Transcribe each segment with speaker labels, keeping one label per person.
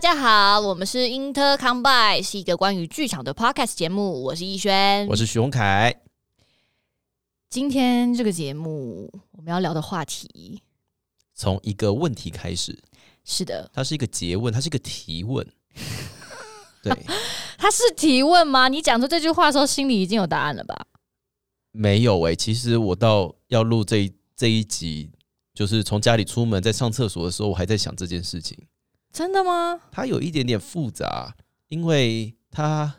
Speaker 1: 家好，我们是 Inter Combine，是一个关于剧场的 podcast 节目。我是逸轩，
Speaker 2: 我是徐宏凯。
Speaker 1: 今天这个节目我们要聊的话题
Speaker 2: 从一个问题开始，
Speaker 1: 是的，
Speaker 2: 它是一个诘问，它是一个提问。对，
Speaker 1: 它是提问吗？你讲出这句话的时候，心里已经有答案了吧？
Speaker 2: 没有诶、欸其实我到要录这一这一集，就是从家里出门在上厕所的时候，我还在想这件事情。
Speaker 1: 真的吗？
Speaker 2: 它有一点点复杂，因为它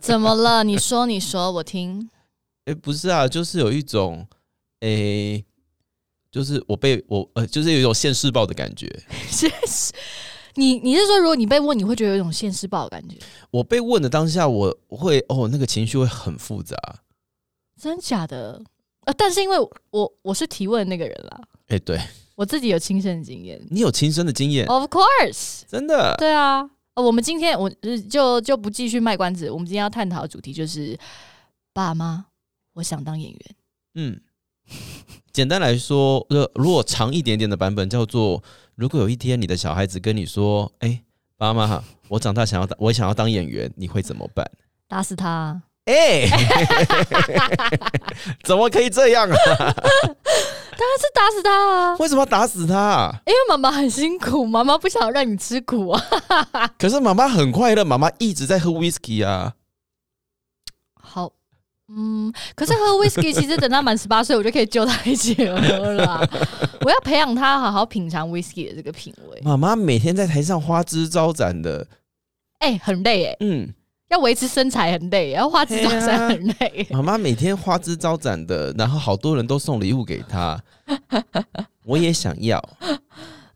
Speaker 1: 怎么了？你说，你说，我 听。
Speaker 2: 诶、不是啊，就是有一种诶、就是我被我呃，就是有一种现世报的感觉。
Speaker 1: 是是你你是说，如果你被问，你会觉得有一种现世报的感觉？
Speaker 2: 我被问的当下，我会哦，那个情绪会很复杂。
Speaker 1: 真假的？呃，但是因为我我是提问的那个人啦，
Speaker 2: 诶、对
Speaker 1: 我自己有亲身经验。
Speaker 2: 你有亲身的经验，
Speaker 1: Of course，
Speaker 2: 真的。
Speaker 1: 对啊，呃我们今天我呃就就不继续卖关子，我们今天要探讨的主题就是爸妈，我想当演员。
Speaker 2: 嗯，简单来说，呃，如果长一点点的版本叫做：如果有一天你的小孩子跟你说：“哎、爸妈，我长大想要当，我想要当演员”，你会怎么办？
Speaker 1: 打死他！
Speaker 2: 哎、 怎么可以这样啊？
Speaker 1: 是打死他啊！
Speaker 2: 为什么要打死他啊？
Speaker 1: 因为妈妈很辛苦，妈妈不想让你吃苦啊。
Speaker 2: 可是妈妈很快乐，妈妈一直在喝 whisky 啊。
Speaker 1: 好，嗯，可是喝 whisky 其实等他满十八岁，我就可以救他一起喝了啊。我要培养他好好品尝 whisky 的这个品味。
Speaker 2: 妈妈每天在台上花枝招展的，
Speaker 1: 哎、很累哎、
Speaker 2: 嗯，
Speaker 1: 要维持身材很累，要花枝招
Speaker 2: 对
Speaker 1: 展
Speaker 2: 啊
Speaker 1: 很累欸、
Speaker 2: 妈妈每天花枝招展的，然后好多人都送礼物给 她，我也想要。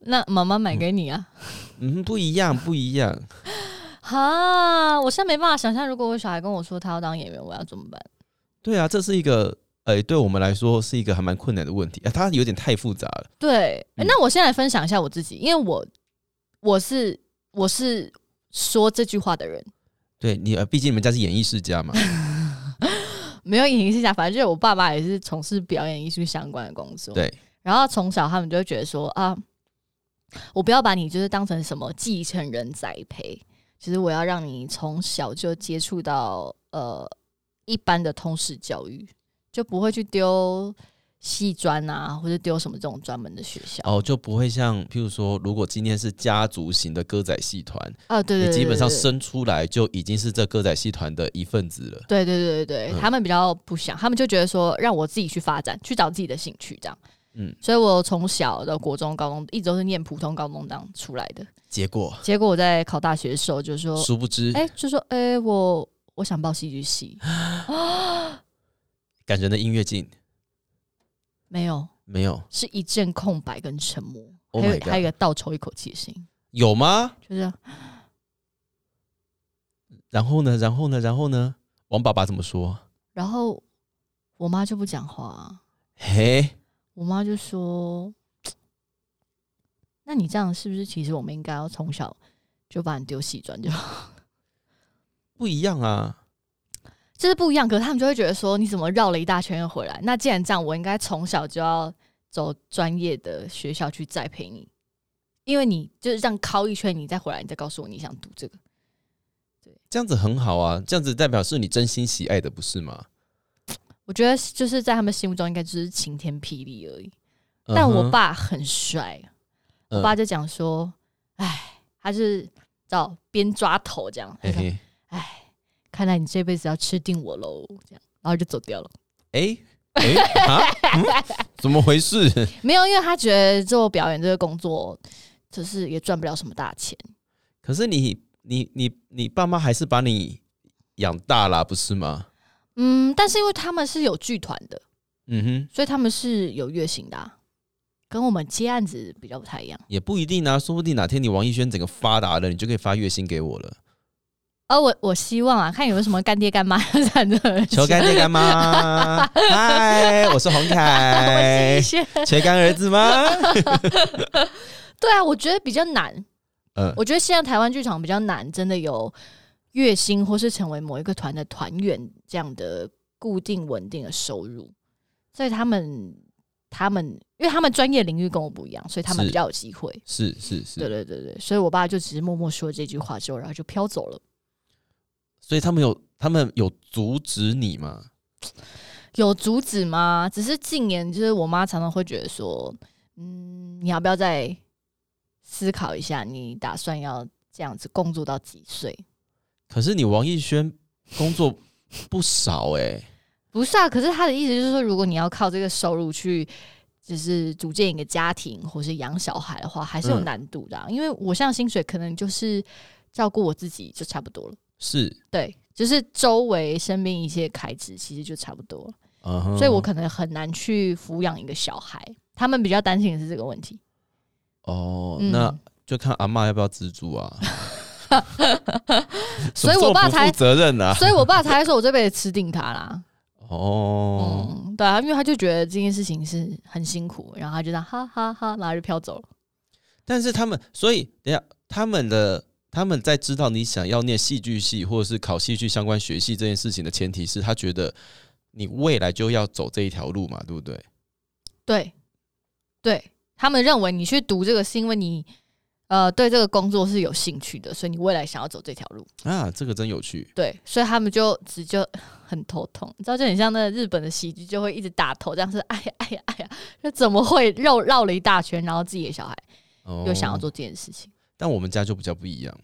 Speaker 1: 那妈妈买给你啊。
Speaker 2: 嗯，不一样，不一样。
Speaker 1: 哈，我现在没办法想象，如果我小孩跟我说他要当演员，我要怎么办？
Speaker 2: 对啊，这是一个，哎、对我们来说是一个还蛮困难的问题，啊、它有点太复杂了。
Speaker 1: 对，诶
Speaker 2: 嗯
Speaker 1: 那我先来分享一下我自己，因为我我是我是说这句话的人，
Speaker 2: 对你，呃毕竟你们家是演艺世家嘛，
Speaker 1: 嗯没有演艺世家，反正就是我爸爸也是从事表演艺术相关的工作，
Speaker 2: 对，
Speaker 1: 然后从小他们就会觉得说啊，我不要把你就是当成什么继承人栽培，其实我要让你从小就接触到呃一般的通识教育，就不会去丢戏专啊，或者丢什么这种专门的学校。
Speaker 2: 哦，就不会像，譬如说，如果今天是家族型的歌仔戏团，
Speaker 1: 啊，对对对
Speaker 2: 你基本上
Speaker 1: 对对
Speaker 2: 生出来就已经是这歌仔戏团的一份子了。
Speaker 1: 对对对对对，
Speaker 2: 嗯
Speaker 1: 他们比较不想，他们就觉得说让我自己去发展，去找自己的兴趣这样。
Speaker 2: 嗯，
Speaker 1: 所以我从小的国中、高中一直都是念普通高中这样出来的。
Speaker 2: 结果，
Speaker 1: 结果我在考大学的时候就说，
Speaker 2: 殊不知，
Speaker 1: 哎、就说哎、我我想报戏剧系，
Speaker 2: 感人的音乐镜
Speaker 1: 没有，
Speaker 2: 没有，
Speaker 1: 是一阵空白跟沉默
Speaker 2: Oh
Speaker 1: 还有
Speaker 2: my god
Speaker 1: 还有一个倒抽一口气的声音，
Speaker 2: 有吗？
Speaker 1: 就是这样
Speaker 2: 然后呢？然后呢？然后呢？王爸爸怎么说？
Speaker 1: 然后我妈就不讲话啊，
Speaker 2: 嘿，
Speaker 1: 我妈就说，那你这样是不是其实我们应该要从小就把你丢戏专就好，
Speaker 2: 不一样啊。
Speaker 1: 就是不一样，可是他们就会觉得说你怎么绕了一大圈又回来？那既然这样，我应该从小就要走专业的学校去栽培你。因为你就是这样敲一圈，你再回来，你再告诉我你想读这个。
Speaker 2: 这样子很好啊，这样子代表是你真心喜爱的，不是吗？
Speaker 1: 我觉得就是在他们心目中应该就是晴天霹雳而已。但我爸很帅，
Speaker 2: 嗯嗯哼，
Speaker 1: 我爸就讲说：“哎，他是找边抓头这样，他
Speaker 2: 嗯，嘿
Speaker 1: 说
Speaker 2: 嘿，
Speaker 1: 看来你这辈子要吃定我喽。”这样，然后就走掉了。
Speaker 2: 哎 哎啊，嗯怎么回事？
Speaker 1: 没有，因为他觉得做表演这个工作，就是也赚不了什么大钱。
Speaker 2: 可是你你你你爸妈还是把你养大啦，不是吗？
Speaker 1: 嗯，但是因为他们是有剧团的，
Speaker 2: 嗯哼，
Speaker 1: 所以他们是有月薪的啊、跟我们接案子比较不太一样。
Speaker 2: 也不一定啊，说不定哪天你王艺轩整个发达了，你就可以发月薪给我 了。
Speaker 1: 而我我希望啊，看有没有什么干爹干妈 产的儿子，
Speaker 2: 求干爹 干 妈，嗨，我是洪凯 哎
Speaker 1: 一，些
Speaker 2: 求干儿 子吗？
Speaker 1: 对啊，我觉得比较难。
Speaker 2: 嗯，
Speaker 1: 我觉得现在台湾剧场比较难，真的有月薪或是成为某一个团的团员这样的固定稳定的收入，所以他们他们因为他们专业领域跟我不一样，所以他们
Speaker 2: 是
Speaker 1: 比较有机会。
Speaker 2: 是是
Speaker 1: 对
Speaker 2: 是，
Speaker 1: 对对对，所以我爸就只是默默说这句话之后，然后就飘走了。
Speaker 2: 所以他们有他们有阻止你吗？
Speaker 1: 有阻止吗？只是近年就是我妈常常会觉得说，嗯，你要不要再思考一下，你打算要这样子工作到几岁？
Speaker 2: 可是你王艺轩工作不少哎、
Speaker 1: 不是啊，可是她的意思就是说，如果你要靠这个收入去。就是组建一个家庭或是养小孩的话，还是有
Speaker 2: 嗯
Speaker 1: 难度的啊、因为我像薪水可能就是照顾我自己就差不多了，
Speaker 2: 是，
Speaker 1: 对，就是周围身边一些开支其实就差不多了。
Speaker 2: 嗯哼
Speaker 1: 所以我可能很难去抚养一个小孩。他们比较担心的是这个问题。
Speaker 2: 哦，
Speaker 1: 嗯
Speaker 2: 那就看阿嬷要不要资 助啊。
Speaker 1: 所以我爸才
Speaker 2: 怎么这么不负责任啊。
Speaker 1: 所以我爸才会说我这辈子吃定他啦。
Speaker 2: 哦，
Speaker 1: 嗯，对啊，因为他就觉得这件事情是很辛苦，然后他就这样哈哈哈，然后就飘走了。
Speaker 2: 但是他们，所以等一下他们的他们在知道你想要念戏剧系或者是考戏剧相关学系这件事情的前提是他觉得你未来就要走这一条路嘛，对不对？
Speaker 1: 对，对他们认为你去读这个是因为你呃对这个工作是有兴趣的，所以你未来想要走这条路。
Speaker 2: 啊，这个真有趣。
Speaker 1: 对，所以他们就只就很头痛，你知道，就很像那日本的喜剧，就会一直打头，这样是哎呀哎呀哎呀，就怎么会绕绕了一大圈，然后自己的小孩
Speaker 2: 哦
Speaker 1: 又想要，做这件事情，
Speaker 2: 但我们家就比较不一样，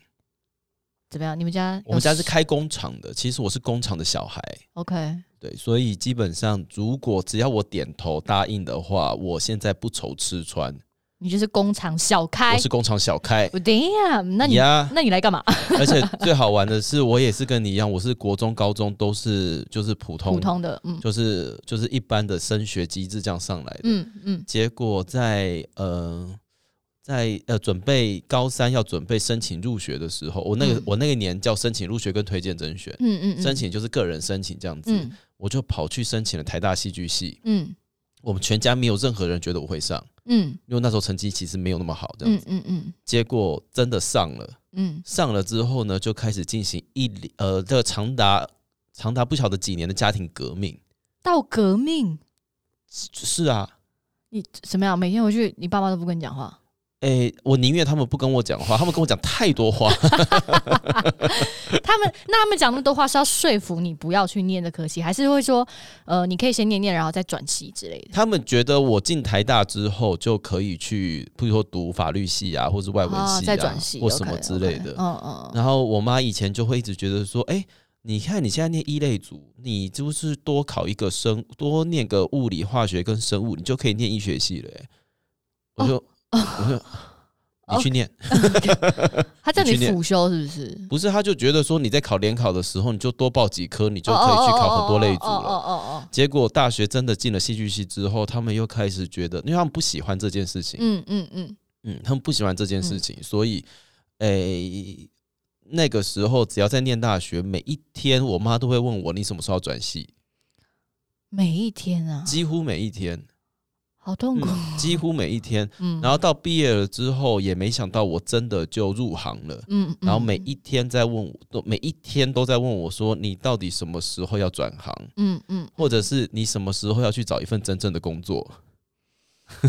Speaker 1: 怎么样？你们家有
Speaker 2: 我们家是开工厂的，其实我是工厂的小孩。
Speaker 1: OK
Speaker 2: 对，所以基本上，如果只要我点头答应的话，我现在不愁吃穿。
Speaker 1: 你就是工厂小开
Speaker 2: 我，是工厂小开
Speaker 1: 我等一下，那你
Speaker 2: 呀。
Speaker 1: 那你来干嘛？
Speaker 2: 而且最好玩的是，我也是跟你一样，我是国中、高中都是就是普 通，
Speaker 1: 普通的，嗯
Speaker 2: 就是就是一般的升学机制这样上来的。
Speaker 1: 嗯嗯，
Speaker 2: 结果在呃在呃准备高三要准备申请入学的时候，我那个、
Speaker 1: 嗯
Speaker 2: 我那个年叫申请入学跟推荐甄选，
Speaker 1: 嗯嗯嗯，
Speaker 2: 申请就是个人申请这样子，
Speaker 1: 嗯
Speaker 2: 我就跑去申请了台大戏剧系。
Speaker 1: 嗯
Speaker 2: 我们全家没有任何人觉得我会上，
Speaker 1: 嗯
Speaker 2: 因为那时候成绩其实没有那么好，这样
Speaker 1: 嗯
Speaker 2: 子。
Speaker 1: 嗯嗯
Speaker 2: 结果真的上了，
Speaker 1: 嗯
Speaker 2: 上了之后呢，就开始进行一连呃这个长达长达不晓得几年的家庭革命。
Speaker 1: 到革命，
Speaker 2: 是啊，
Speaker 1: 你怎么样？每天回去，你爸妈都不跟你讲话。
Speaker 2: 诶、我宁愿他们不跟我讲话，他们跟我讲太多话。
Speaker 1: 他们那他们讲那么多话是要说服你不要去念这科系，还是会说，呃，你可以先念念，然后再转系之类的？
Speaker 2: 他们觉得我进台大之后就可以去，譬如说读法律系啊，或是外文
Speaker 1: 啊
Speaker 2: 系
Speaker 1: 再
Speaker 2: 啊，
Speaker 1: 转系
Speaker 2: 或什么
Speaker 1: OK，
Speaker 2: 之类
Speaker 1: OK，
Speaker 2: 的。
Speaker 1: 嗯嗯嗯，
Speaker 2: 然后我妈以前就会一直觉得说，哎、你看你现在念一类组，你就是多考一个生，多念个物理、化学跟生物，你就可以念医学系了、欸。我
Speaker 1: 哦
Speaker 2: 说，我说，你去念，
Speaker 1: 他叫你
Speaker 2: 你去念
Speaker 1: 辅修是不是？
Speaker 2: 不是？他就觉得说你在考联考的时候，你就多报几科，你就可以去考很多类组
Speaker 1: 哦哦
Speaker 2: 了。
Speaker 1: 哦哦，
Speaker 2: 结果大学真的进了戏剧系之后，他们又开始觉得，因为他们不喜欢这件事情，
Speaker 1: 嗯嗯嗯，
Speaker 2: 嗯，他们不喜欢这件事情，所以，诶、那个时候只要在念大学，每一天我妈都会问我你什么时候要转系，
Speaker 1: 每一天啊，
Speaker 2: 几乎每一天，
Speaker 1: 好痛苦，
Speaker 2: 嗯，几乎每一天。
Speaker 1: 嗯，
Speaker 2: 然后到毕业了之后，也没想到我真的就入行了。
Speaker 1: 嗯，
Speaker 2: 然后每一天在问我，都每一天都在问我说，你到底什么时候要转行，
Speaker 1: 嗯嗯
Speaker 2: 或者是你什么时候要去找一份真正的工作？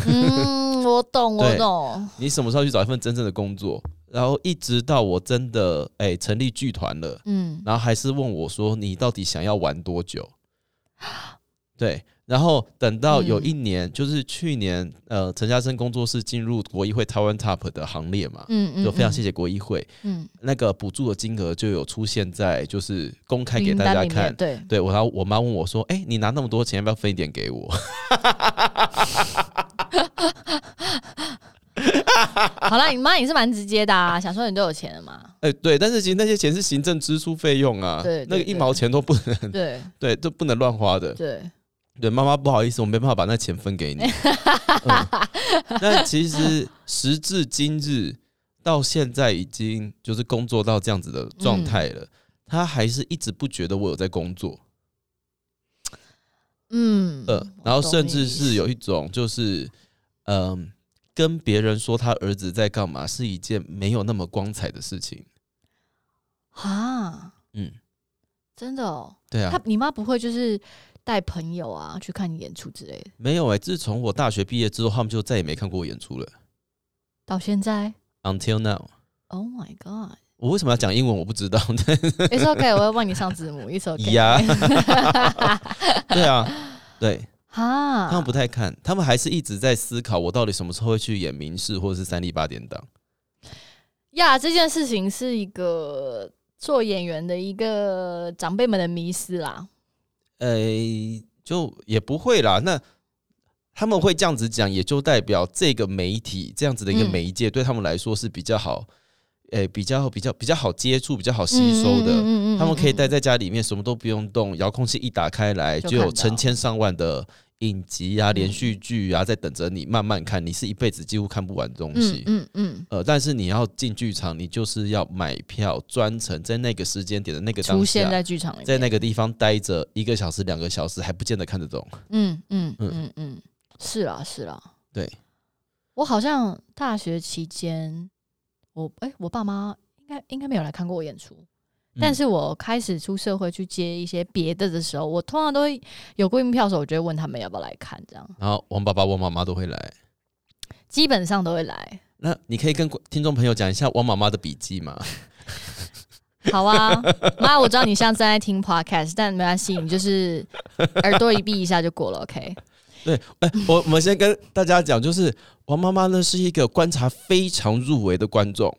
Speaker 1: 嗯，我懂我
Speaker 2: 对
Speaker 1: 懂，
Speaker 2: 你什么时候去找一份真正的工作？然后一直到我真的哎、成立剧团了，
Speaker 1: 嗯
Speaker 2: 然后还是问我说你到底想要玩多久？对，然后等到
Speaker 1: 嗯
Speaker 2: 有一年，就是去年，呃，陈嘉生工作室进入国议会台湾 Top 的行列嘛，
Speaker 1: 嗯嗯，
Speaker 2: 就非常谢谢国议会，
Speaker 1: 嗯，
Speaker 2: 那个补助的金额就有出现在就是公开给
Speaker 1: 名
Speaker 2: 大
Speaker 1: 单
Speaker 2: 家
Speaker 1: 里面
Speaker 2: 看。
Speaker 1: 对，
Speaker 2: 对我，然后我妈问我说：“哎、你拿那么多钱，要不要分一点给我
Speaker 1: 好啦，你妈也是蛮直接的啊，想说你都有钱了嘛？”，
Speaker 2: 哎、对，但是其实那些钱是行政支出费用啊，
Speaker 1: 对对
Speaker 2: 那个一
Speaker 1: 对
Speaker 2: 毛钱都不能
Speaker 1: 对
Speaker 2: 对，这不能乱花的。
Speaker 1: 对，
Speaker 2: 对，妈妈不好意思，我没办法把那钱分给你。嗯但其实时至今日，到现在已经就是工作到这样子
Speaker 1: 嗯
Speaker 2: 的状态了，他还是一直不觉得我有在工作。
Speaker 1: 嗯，
Speaker 2: 呃，然后
Speaker 1: 懂
Speaker 2: 甚
Speaker 1: 你
Speaker 2: 至
Speaker 1: 意
Speaker 2: 是
Speaker 1: 思
Speaker 2: 有一种就是，嗯、跟别人说他儿子在干嘛是一件没有那么光彩的事情。
Speaker 1: 啊，
Speaker 2: 嗯，
Speaker 1: 真的哦，哦
Speaker 2: 对啊啊
Speaker 1: 他，你妈不会就是带朋友啊去看演出之类的。
Speaker 2: 没有哎、自从我大学毕业之后，他们就再也没看过我演出了。
Speaker 1: 到现在
Speaker 2: Until now，
Speaker 1: ，Oh my God，
Speaker 2: 我为什么要讲英文？我不知道。
Speaker 1: it's OK，我会帮你上字幕，it's OK。
Speaker 2: 呀，对啊，对
Speaker 1: 哈，
Speaker 2: 他们不太看，他们还是一直在思考我到底什么时候会去演民视或者是三立八点档。
Speaker 1: 呀这件事情是一个做演员的一个长辈们的迷失啦。
Speaker 2: 呃，就也不会啦。那他们会这样子讲，也就代表这个媒体这样子的一个
Speaker 1: 嗯
Speaker 2: 媒介、对他们来说是比较好，呃，比较比较比较好接触、比较好吸收的。
Speaker 1: 嗯
Speaker 2: 他们可以待在家里面，什么都不用动，遥控器一打开来，
Speaker 1: 就
Speaker 2: 就有
Speaker 1: 看到
Speaker 2: 成千上万的影集啊、
Speaker 1: 嗯
Speaker 2: 连续剧啊在等着你慢慢看，你是一辈子几乎看不完的东西。
Speaker 1: 嗯嗯
Speaker 2: 呃，但是你要进剧场，你就是要买票，专程在那个时间点的那个
Speaker 1: 嗯，
Speaker 2: 当下，
Speaker 1: 出现在剧场里面，
Speaker 2: 在那个地方待着一个小时、两个小时，还不见得看得懂。
Speaker 1: 嗯嗯
Speaker 2: 嗯
Speaker 1: 嗯嗯，是啦是啦。
Speaker 2: 对，
Speaker 1: 我好像大学期间，我哎、我爸妈应该应该没有来看过我演出，
Speaker 2: 嗯
Speaker 1: 但是我开始出社会去接一些别的的时候，我通常都会有固定票的时候，我就会问他们要不要来看，这样
Speaker 2: 嗯然后王爸爸、王妈妈都会来。
Speaker 1: 基本上都会来。
Speaker 2: 那你可以跟听众朋友讲一下王妈妈的笔记吗？
Speaker 1: 好啊，妈，我知道你现在正在听 podcast，但没关系，你就是耳朵一闭一下就过了，OK？
Speaker 2: 对，哎、 我我们先跟大家讲，就是王妈妈呢是一个观察非常入围的观众，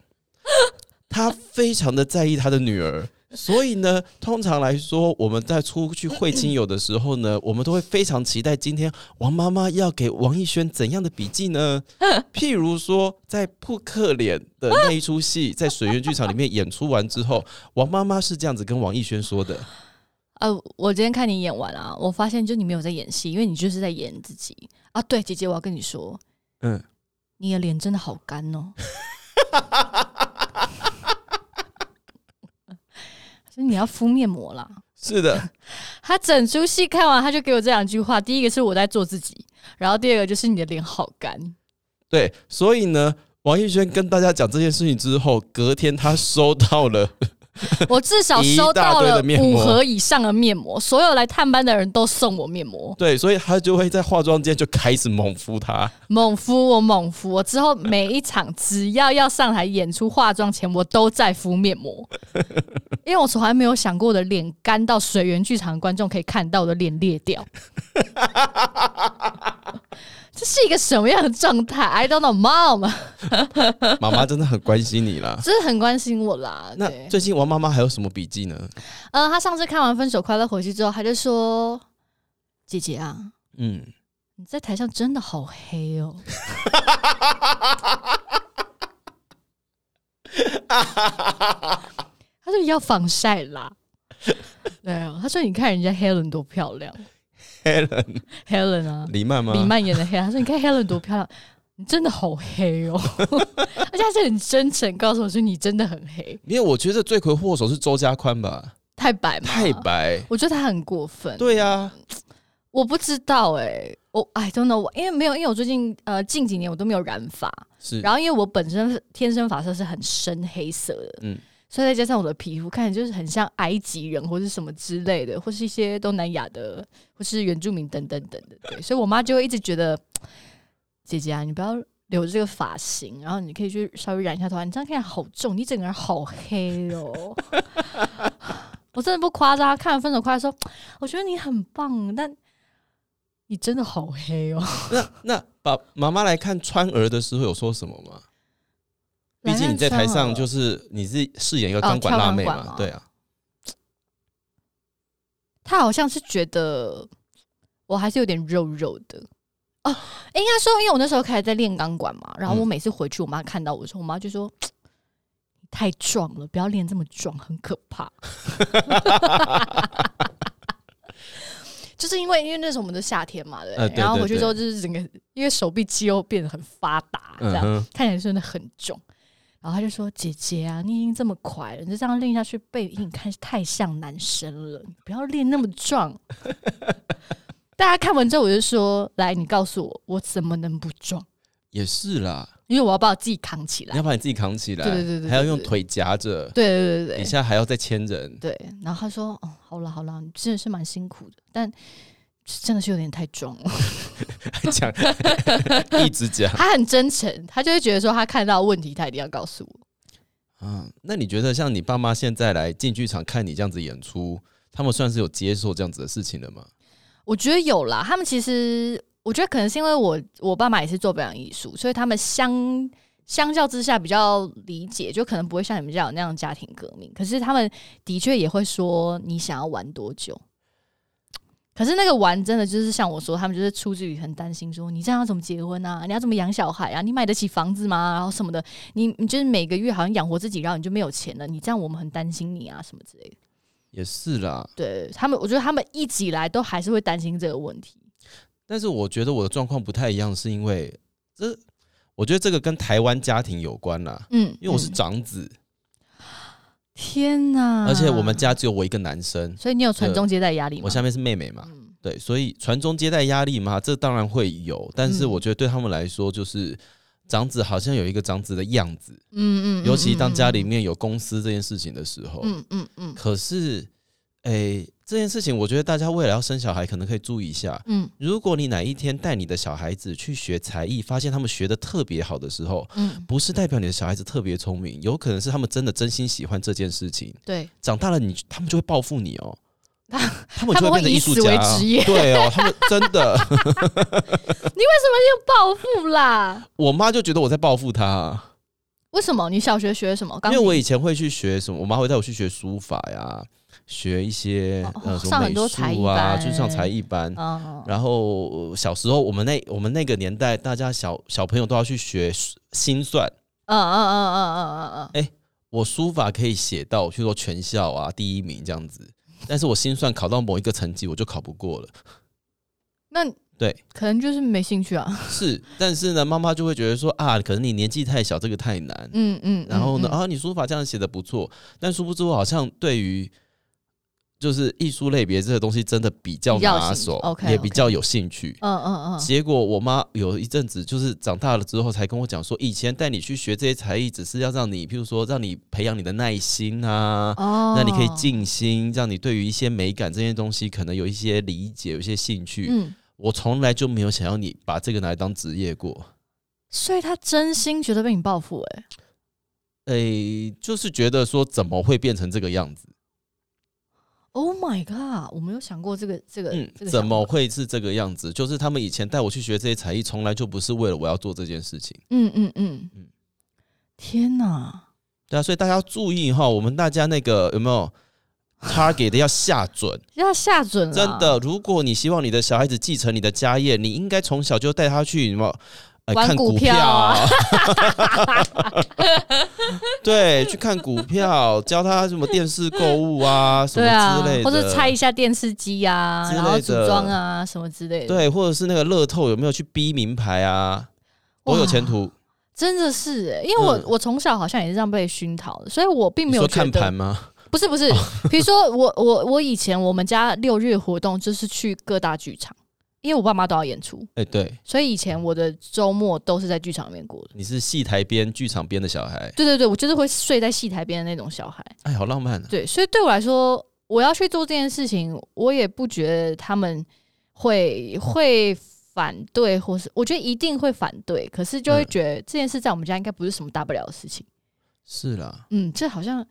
Speaker 2: 她非常的在意她的女儿，所以呢，通常来说，我们在出去会亲友的时候呢，我们都会非常期待今天王妈妈要给王艺轩怎样的笔记呢？譬如说，在扑克脸的那一出戏，在水源剧场里面演出完之后，王妈妈是这样子跟王艺轩说的。
Speaker 1: 呃，我今天看你演完啊，我发现就你没有在演戏，因为你就是在演自己啊。对，姐姐，我要跟你说，
Speaker 2: 嗯，
Speaker 1: 你的脸真的好干哦。 所以你要敷面膜啦。
Speaker 2: 是的，
Speaker 1: 他整出戏看完，他就给我这两句话：第一个是我在做自己，然后第二个就是你的脸好干。
Speaker 2: 对，所以呢，王艺轩跟大家讲这件事情之后，隔天他收到了，
Speaker 1: 我至少收到
Speaker 2: 一大堆
Speaker 1: 了
Speaker 2: 的面
Speaker 1: 五
Speaker 2: 膜
Speaker 1: 盒以上的面膜，所有来探班的人都送我面膜。
Speaker 2: 对，所以他就会在化妆间就开始猛敷他。
Speaker 1: 猛敷，我猛敷，我之后每一场只要要上台演出化妆前，我都在敷面膜，因为我从来没有想过我的脸干到水源剧场的观众可以看到我的脸裂掉。这是一个什么样的状态？I don't know, mom，。
Speaker 2: 妈妈真的很关心你 啦
Speaker 1: 真的很关心我啦。
Speaker 2: 那
Speaker 1: 对，
Speaker 2: 最近王妈妈还有什么笔记呢？
Speaker 1: 呃，他上次看完《分手快乐》回去之后，他就说：“姐姐啊，
Speaker 2: 嗯，
Speaker 1: 你在台上真的好黑 哦。”他说要防晒啦。对啊，他说你看人家 Helen 多漂亮
Speaker 2: ，Helen
Speaker 1: ，Helen 啊，
Speaker 2: 李曼吗？
Speaker 1: 李曼演的啊 Helen。他说你看 Helen 多漂亮，你真的好黑哦， 而且他是很真诚告诉我说你真的很黑，
Speaker 2: 因为我觉得罪魁祸首是周家宽吧，
Speaker 1: 太白嘛，
Speaker 2: 太，白。
Speaker 1: 我觉得他很过分。
Speaker 2: 对啊呀、
Speaker 1: 嗯我不知道哎、我 I don't know，因为没有，因为我最近呃近几年我都没有染发，
Speaker 2: 是。
Speaker 1: 然后因为我本身天生发色是很深黑色的，
Speaker 2: 嗯
Speaker 1: 所以再加上我的皮肤看起来就是很像埃及人或是什么之类的，或是一些东南亚的或是原住民等等等的， 对，所以我妈就会一直觉得姐姐啊，你不要留这个发型，然后你可以去稍微染一下头发，你这样看起来好重，你整个人好黑哦。 我真的不夸张，看完《分手快乐》说，我觉得你很棒，但你真的好黑哦。
Speaker 2: 那那把妈妈来看川儿的时候有说什么吗？毕竟你 在台上就是你是饰演一个钢管辣妹
Speaker 1: 哦跳钢管
Speaker 2: 嘛，
Speaker 1: 嘛
Speaker 2: 对啊，
Speaker 1: 他好像是觉得我还是有点肉肉的哦、应该说，因为我那时候开始在练钢管嘛，然后我
Speaker 2: 嗯
Speaker 1: 每次回去，我妈看到我的时候，我妈就说：“你太壮了，不要练这么壮，很可 怕。”就是因为因为那时候我们的夏天嘛，对不对？
Speaker 2: 呃对
Speaker 1: 然后
Speaker 2: 对
Speaker 1: 回去之
Speaker 2: 对
Speaker 1: 后，就是整个因为手臂肌肉变得很发达，这
Speaker 2: 嗯
Speaker 1: 样、
Speaker 2: 哼，
Speaker 1: 看起来真的很重。然后他就说：“姐姐啊，你已经这么快了，你就这样练下去，背影看太像男生了，你不要练那么壮。” 大家看完之后，我就说：“来，你告诉我，我怎么能不壮？
Speaker 2: 也是啦。
Speaker 1: 因为我要把我自己扛起
Speaker 2: 你
Speaker 1: 来。
Speaker 2: 要把你自己扛起来，
Speaker 1: 对对对对对
Speaker 2: 还要用腿夹着”，
Speaker 1: 对对对
Speaker 2: 底
Speaker 1: 对
Speaker 2: 下还要再牵人，
Speaker 1: 对对。然后他说：“哦，好了好了，你真的是蛮辛苦的，但真的是有点太重 了。
Speaker 2: 还讲 一直 讲。
Speaker 1: 他很真诚，他就会觉得说他看到问题，他一定要告诉我。
Speaker 2: 嗯，那你觉得像你爸妈现在来进剧场看你这样子演出，他们算是有接受这样子的事情了吗？
Speaker 1: 我觉得有啦，他们其实我觉得可能是因为我我爸妈也是做表演艺术，所以他们相相较之下比较理解，就可能不会像你们这样有那样家庭革命。可是他们的确也会说你想要玩多久。可是那个玩真的就是像我说，他们就是出自于很担心说，你这样要怎么结婚啊？你要怎么养小孩啊？你买得起房子吗？然后什么的，你你就是每个月好像养活自己，然后你就没有钱了，你这样我们很担心你啊，什么之类的。
Speaker 2: 也是啦，
Speaker 1: 对他们，我觉得他们一直以来都还是会担心这个问题。
Speaker 2: 但是我觉得我的状况不太一样，是因为这，我觉得这个跟台湾家庭有关啦，
Speaker 1: 嗯，
Speaker 2: 因为我是
Speaker 1: 嗯
Speaker 2: 长子，
Speaker 1: 天哪！
Speaker 2: 而且我们，家只有我一个男生，
Speaker 1: 所以你有传宗接代压力吗？
Speaker 2: 我下面是妹妹嘛，
Speaker 1: 嗯
Speaker 2: 对，所以传宗接代压力嘛，这当然会有，但是
Speaker 1: 嗯
Speaker 2: 我觉得对他们来说，就是长子好像有一个长子的样子，
Speaker 1: 嗯嗯，
Speaker 2: 尤其当家里面有公司这件事情的时候，
Speaker 1: 嗯，嗯嗯
Speaker 2: 可是，诶、这件事情我觉得大家未来要生小孩，可能可以注意一下。
Speaker 1: 嗯
Speaker 2: 如果你哪一天带你的小孩子去学才艺，发现他们学的特别好的时候，
Speaker 1: 嗯嗯，
Speaker 2: 不是代表你的小孩子特别聪明，有可能是他们真的真心喜欢这件事情。
Speaker 1: 对，
Speaker 2: 长大了你，他们就会报复你哦、
Speaker 1: 他
Speaker 2: 他们就变成艺术
Speaker 1: 他
Speaker 2: 家
Speaker 1: 们会以此为职业
Speaker 2: 啊， 对哦，他们真的，
Speaker 1: 报复啦。
Speaker 2: 我妈就觉得我在报复她啊，
Speaker 1: 为什么？你小学学什么？
Speaker 2: 因
Speaker 1: 钢
Speaker 2: 为
Speaker 1: 琴
Speaker 2: 我以前会去学什么，我妈会带我去学书法呀，学一些、
Speaker 1: 哦
Speaker 2: 呃什么
Speaker 1: 上
Speaker 2: 美
Speaker 1: 很多才艺
Speaker 2: 术啊，
Speaker 1: 班
Speaker 2: 就上才艺班，
Speaker 1: 啊，
Speaker 2: 然后呃小时候我们那我们那个年代，大家小小朋友都要去学数心算。
Speaker 1: 嗯嗯嗯嗯嗯嗯嗯，
Speaker 2: 我书法可以写到，譬如说全校啊第一名这样子，但是我心算考到某一个成绩，我就考不过了。
Speaker 1: 那
Speaker 2: 对，
Speaker 1: 可能就是没兴趣啊。
Speaker 2: 是，但是呢，妈妈就会觉得说啊，可能你年纪太小，这个太难。
Speaker 1: 嗯嗯，嗯
Speaker 2: 然后呢，？
Speaker 1: 嗯
Speaker 2: 啊，你书法这样写的不错，但殊不知我好像对于就是艺术类别这个东西真的比较
Speaker 1: 比较有
Speaker 2: 拿
Speaker 1: 兴趣
Speaker 2: 手，
Speaker 1: ，OK，
Speaker 2: 也比
Speaker 1: OK
Speaker 2: 较有兴趣。
Speaker 1: 嗯嗯嗯，
Speaker 2: 结果我妈有一阵子就是长大了之后才跟我讲说，以前带你去学这些才艺，只是要让你，譬如说让你培养你的耐心啊，
Speaker 1: 哦，
Speaker 2: 那你可以静心，让你对于一些美感这些东西可能有一些理解，有一些兴趣。
Speaker 1: 嗯，
Speaker 2: 我从来就没有想要你把这个拿来当职业过，
Speaker 1: 所以他真心觉得被你报复，哎，
Speaker 2: 诶、哎就是觉得说怎么会变成这个样子？
Speaker 1: Oh my god！我没有想过这个这个、
Speaker 2: 嗯，
Speaker 1: 这个
Speaker 2: 怎么
Speaker 1: 想法？
Speaker 2: 会是这个样子？就是他们以前带我去学这些才艺，从来就不是为了我要做这件事情。
Speaker 1: 嗯嗯嗯
Speaker 2: 嗯
Speaker 1: 天哪！
Speaker 2: 对啊，所以大家要注意哈，我们大家那个有 没有 target 要下准？
Speaker 1: 要下准了，
Speaker 2: 真的，如果你希望你的小孩子继承你的家业，你应该从小就带他去什么？呃
Speaker 1: 玩
Speaker 2: 看
Speaker 1: 股
Speaker 2: 股
Speaker 1: 票啊
Speaker 2: 啊， 对，去看股票，教他什么电视购物 啊，什
Speaker 1: 对啊
Speaker 2: 么之类的，，
Speaker 1: 或者拆一下电视机啊，
Speaker 2: 之类
Speaker 1: 然
Speaker 2: 的
Speaker 1: 后组装啊，什么之类的。，
Speaker 2: 对，或者是那个乐透有没有去逼名牌啊？我有前途，
Speaker 1: 真的是欸，因为我、
Speaker 2: 嗯
Speaker 1: 我从小好像也是这样被熏陶的，所以我并
Speaker 2: 你
Speaker 1: 没有
Speaker 2: 说
Speaker 1: 觉
Speaker 2: 看
Speaker 1: 得
Speaker 2: 盘哦吗？
Speaker 1: 不是不是，比如说我 我我以前我们家六日活动就是去各大剧场，因为我爸妈都要演出，
Speaker 2: 哎、对，
Speaker 1: 所以以前我的周末都是在剧场里面过的。
Speaker 2: 你是戏台边、剧场边的小孩，
Speaker 1: 对对对，我就是会睡在戏台边的那种小孩。
Speaker 2: 哎，好浪漫啊！
Speaker 1: 对，所以对我来说，我要去做这件事情，我也不觉得他们会会反对，或是我觉得一定会反对，可是就会
Speaker 2: 嗯
Speaker 1: 觉得这件事在我们家应该不是什么大不了的事情。
Speaker 2: 是啦，
Speaker 1: 嗯，这好像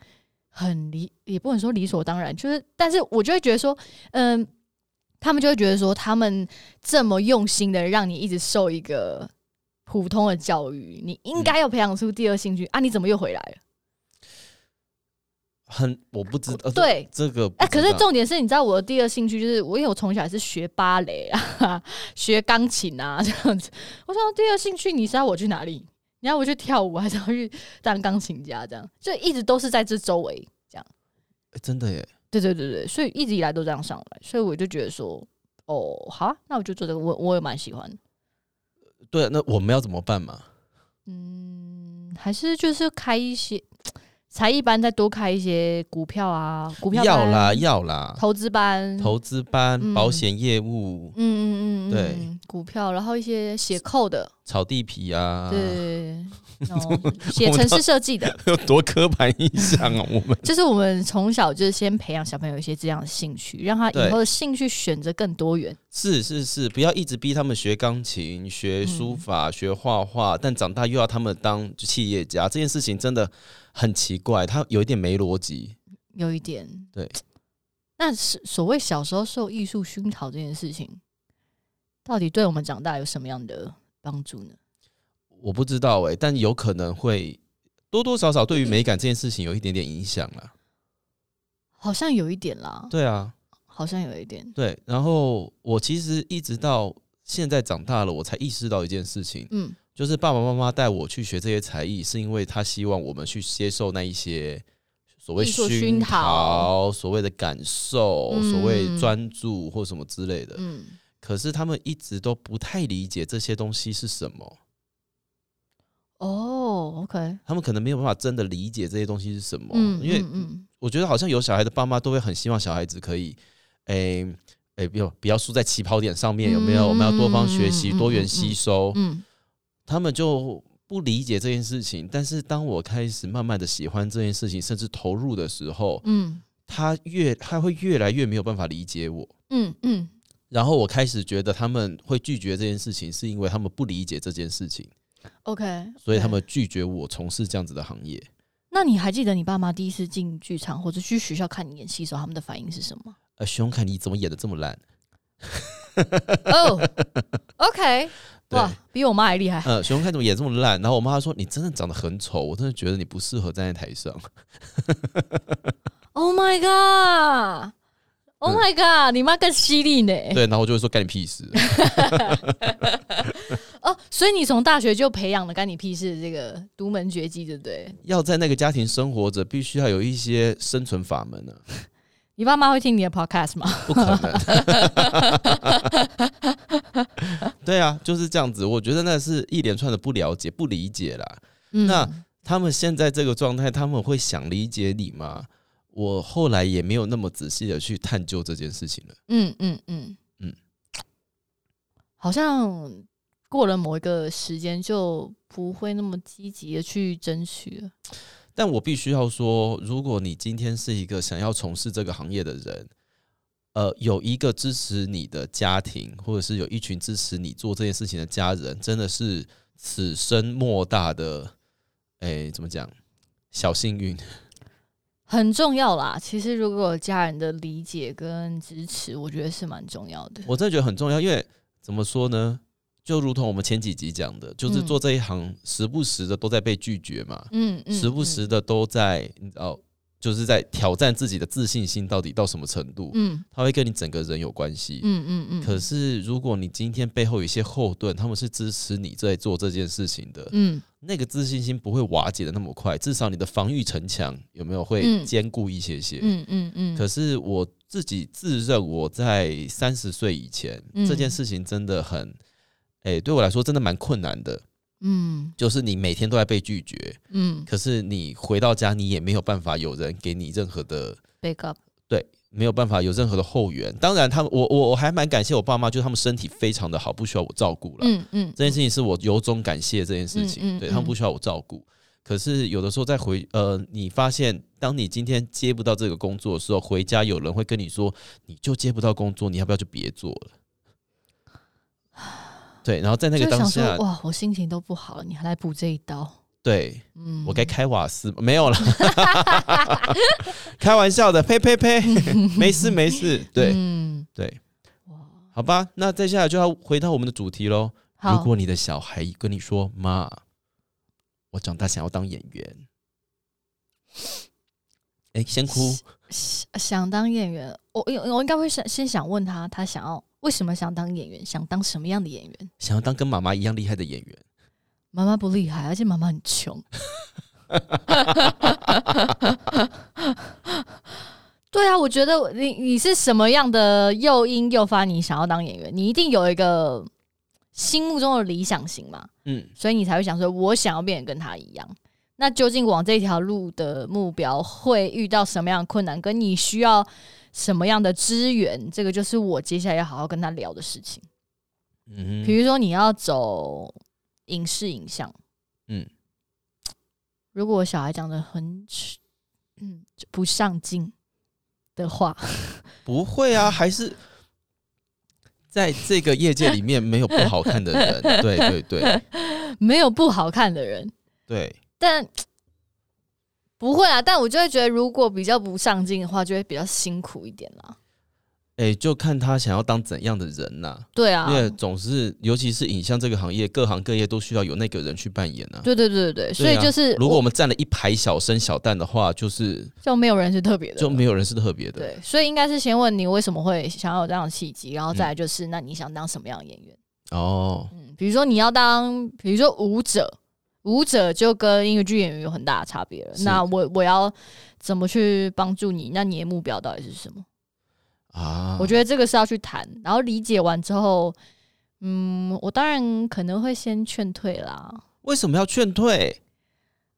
Speaker 1: 很理，也不能说理所当然，就是，但是我就会觉得说，嗯、他们就会觉得说，他们这么用心的让你一直受一个普通的教育，你应该要培养出第二兴趣、啊，你怎么又回来了？
Speaker 2: 很我不知道，
Speaker 1: 哦
Speaker 2: 呃
Speaker 1: 对
Speaker 2: 这这个不
Speaker 1: 哎、
Speaker 2: 知
Speaker 1: 可
Speaker 2: 道
Speaker 1: 是重点是，你知道我的第二兴趣就是我，因为我从小也是学芭蕾啊，学钢琴啊 这样子。我想到第二兴趣，你是要我去哪里？你要我去跳舞，还是要去当钢琴家？这样就一直都是在这周围。
Speaker 2: 哎真的耶，
Speaker 1: 对对对对，所以一直以来都这样上来，所以我就觉得说，哦，好、啊，那我就做这个，我我也蛮喜欢的。
Speaker 2: 啊对，那我们要怎么办嘛？
Speaker 1: 嗯，还是就是开一些，才艺班再多开一些股票啊，股票班
Speaker 2: 要啦要啦，
Speaker 1: 投资班，
Speaker 2: 投资班、
Speaker 1: 嗯
Speaker 2: 保险业务、
Speaker 1: 嗯嗯嗯，嗯
Speaker 2: 对，
Speaker 1: 股票，然后一些写扣的，
Speaker 2: 炒地皮啊，
Speaker 1: 对，然后写城市设计 的，
Speaker 2: 有 多刻板印象啊！我们
Speaker 1: 就是我们从小就是先培养小朋友一些这样的兴趣，让他以
Speaker 2: 对
Speaker 1: 后的兴趣选择更多元。
Speaker 2: 是是是，不要一直逼他们学钢琴、学书法、学画画，但长大又要他们当企业家，这件事情真的很奇怪，他有一点没逻辑。
Speaker 1: 有一点
Speaker 2: 对。
Speaker 1: 那是所谓小时候受艺术熏陶这件事情，到底对我们长大有什么样的帮助呢？
Speaker 2: 我不知道哎、但有可能会多多少少对于美感这件事情有一点点影响啦。
Speaker 1: 好像有一点啦，
Speaker 2: 对啊，
Speaker 1: 好像有一点。
Speaker 2: 对。然后我其实一直到现在长大了，我才意识到一件事情，
Speaker 1: 嗯
Speaker 2: 就是爸爸妈妈带我去学这些才艺，是因为他希望我们去接受那一些所谓
Speaker 1: 艺术
Speaker 2: 熏
Speaker 1: 熏
Speaker 2: 陶、
Speaker 1: 陶
Speaker 2: 所谓的感受、
Speaker 1: 嗯
Speaker 2: 所谓专注或什么之类的。
Speaker 1: 嗯，
Speaker 2: 可是他们一直都不太理解这些东西是什么，
Speaker 1: 哦，OK，
Speaker 2: 他们可能没有办法真的理解这些东西是什么，
Speaker 1: 嗯，
Speaker 2: 因为
Speaker 1: 嗯嗯
Speaker 2: 我觉得好像有小孩的爸妈都会很希望小孩子可以，诶、诶，不要不要输在起跑点上面，有没有？
Speaker 1: 嗯
Speaker 2: 我们要多方学习，
Speaker 1: 嗯嗯
Speaker 2: 多元吸收。
Speaker 1: 嗯
Speaker 2: 他们就不理解这件事情。但是当我开始慢慢的喜欢这件事情，甚至投入的时候，
Speaker 1: 嗯
Speaker 2: 他越他会越来越没有办法理解我。
Speaker 1: 嗯嗯，
Speaker 2: 然后我开始觉得他们会拒绝这件事情，是因为他们不理解这件事情，
Speaker 1: OK，
Speaker 2: 所以他
Speaker 1: 对。
Speaker 2: 们拒绝我从事这样子的行业。
Speaker 1: 那你还记得你爸妈第一次进剧场或者去学校看你演戏的时候，他们的反应是什 么吗？
Speaker 2: 呃，熊凯，你怎么演的这么烂？
Speaker 1: 哦、o k
Speaker 2: 对，
Speaker 1: 哇，比我妈还厉害。
Speaker 2: 呃，熊凯怎么演这么烂？然后我妈说：“你真的长得很丑，我真的觉得你不适合站在台上。
Speaker 1: Oh my god! Oh my god！、你妈更犀利呢。”
Speaker 2: 对，然后我就会说：“干你屁事
Speaker 1: 哦，所以你从大学就培养了干你屁事的这个独门绝技，对不对！”
Speaker 2: 要在那个家庭生活着，必须要有一些生存法门啊。
Speaker 1: 你爸妈会听你的 podcast 吗？
Speaker 2: 不可能。 对啊，就是这样子。我觉得那是一连串的不了解、不理解啦。
Speaker 1: 嗯
Speaker 2: 那他们现在这个状态，他们会想理解你吗？我后来也没有那么仔细的去探究这件事情了。
Speaker 1: 嗯嗯嗯
Speaker 2: 嗯
Speaker 1: 嗯，好像过了某一个时间就不会那么积极的去争取了。
Speaker 2: 但我必须要说，如果你今天是一个想要从事这个行业的人，呃，有一个支持你的家庭，或者是有一群支持你做这件事情的家人，真的是此生莫大的，诶，怎么讲？小幸运，
Speaker 1: 很重要啦，其实如果有家人的理解跟支持，我觉得是蛮重要的。
Speaker 2: 我真的觉得很重要，因为怎么说呢？就如同我们前几集讲的，就是
Speaker 1: 嗯
Speaker 2: 做这一行，时不时的都在被拒绝嘛，
Speaker 1: 嗯嗯，
Speaker 2: 时不时的都在，你知道，就是在挑战自己的自信心到底到什么程度，
Speaker 1: 嗯，
Speaker 2: 它会跟你整个人有关系。
Speaker 1: 嗯嗯嗯嗯，
Speaker 2: 可是，如果你今天背后有一些后盾，他们是支持你在做这件事情的，
Speaker 1: 嗯
Speaker 2: 那个自信心不会瓦解的那么快，至少你的防御城墙有没有会
Speaker 1: 嗯
Speaker 2: 坚固一些些。
Speaker 1: 嗯嗯嗯，
Speaker 2: 可是我自己自认我在三十岁以前、
Speaker 1: 嗯
Speaker 2: 这件事情真的很，哎、对我来说真的蛮困难的。
Speaker 1: 嗯
Speaker 2: 就是你每天都在被拒绝，
Speaker 1: 嗯
Speaker 2: 可是你回到家，你也没有办法有人给你任何的
Speaker 1: ，back up，
Speaker 2: 没有办法有任何的后援。当然，他们我我我还蛮感谢我爸妈，就是他们身体非常的好，不需要我照顾了。
Speaker 1: 嗯嗯，
Speaker 2: 这件事情是我由衷感谢这件事情，
Speaker 1: 嗯嗯
Speaker 2: 对
Speaker 1: 嗯
Speaker 2: 他们不需要我照顾。可是有的时候再回呃，你发现当你今天接不到这个工作的时候，回家有人会跟你说，你就接不到工作，你要不要就别做了？对，然后在那个
Speaker 1: 就
Speaker 2: 当
Speaker 1: 想
Speaker 2: 下
Speaker 1: 说，哇，我心情都不好了，你还来补这一刀，
Speaker 2: 对
Speaker 1: 嗯，
Speaker 2: 我该开瓦斯吗没有了， 开玩笑的，呸呸 呸，没事没事，对
Speaker 1: 嗯，
Speaker 2: 对，
Speaker 1: 哇，
Speaker 2: 好吧，那接下来就要回到我们的主题喽。如
Speaker 1: 好，
Speaker 2: 果你的小孩跟你说：“妈，我长大想要当演员。”哎、先哭。
Speaker 1: 想想当演员，我我我应该会想先想问他，他想要为什么想当演员，想当什么样的演员？
Speaker 2: 想要当跟妈妈一样厉害的演员，
Speaker 1: 妈妈不厉害，而且妈妈很穷。对啊，我觉得你你是什么样的诱因诱发你想要当演员？你一定有一个心目中的理想型嘛，
Speaker 2: 嗯，
Speaker 1: 所以你才会想说，我想要变得跟他一样。那究竟往这条路的目标会遇到什么样的困难，跟你需要什么样的资源，这个就是我接下来要好好跟他聊的事情。
Speaker 2: 嗯
Speaker 1: 比
Speaker 2: 哼，
Speaker 1: 如说你要走影视影像，
Speaker 2: 嗯，
Speaker 1: 如果我小孩讲的很吃，嗯，就不上进的话，
Speaker 2: 不会啊，还是在这个业界里面没有不好看的 人，对对对
Speaker 1: 没有不好看的人，
Speaker 2: 对，
Speaker 1: 但不会啊。但我就会觉得，如果比较不上进的话，就会比较辛苦一点啦。
Speaker 2: 哎、就看他想要当怎样的人呐、
Speaker 1: 对啊，
Speaker 2: 因为总是，尤其是影像这个行业，各行各业都需要有那个人去扮演啊。
Speaker 1: 对对对对对，所以
Speaker 2: 啊
Speaker 1: 就是
Speaker 2: 如果我
Speaker 1: 我
Speaker 2: 们站了一排小生小旦的话，就是
Speaker 1: 就没有人是特别的，
Speaker 2: 就没有人是特别的。
Speaker 1: 对，所以应该是先问你为什么会想要有这样的契机，然后
Speaker 2: 嗯
Speaker 1: 再来就是、那你想当什么样的演员？
Speaker 2: 哦，
Speaker 1: 嗯，比如说你要当，比如说舞者，舞者就跟音乐剧演员有很大的差别了。
Speaker 2: 是
Speaker 1: 那我我要怎么去帮助你？那你的目标到底是什么？
Speaker 2: 啊，
Speaker 1: 我觉得这个是要去谈，然后理解完之后，嗯，我当然可能会先劝退啦。
Speaker 2: 为什么要劝退？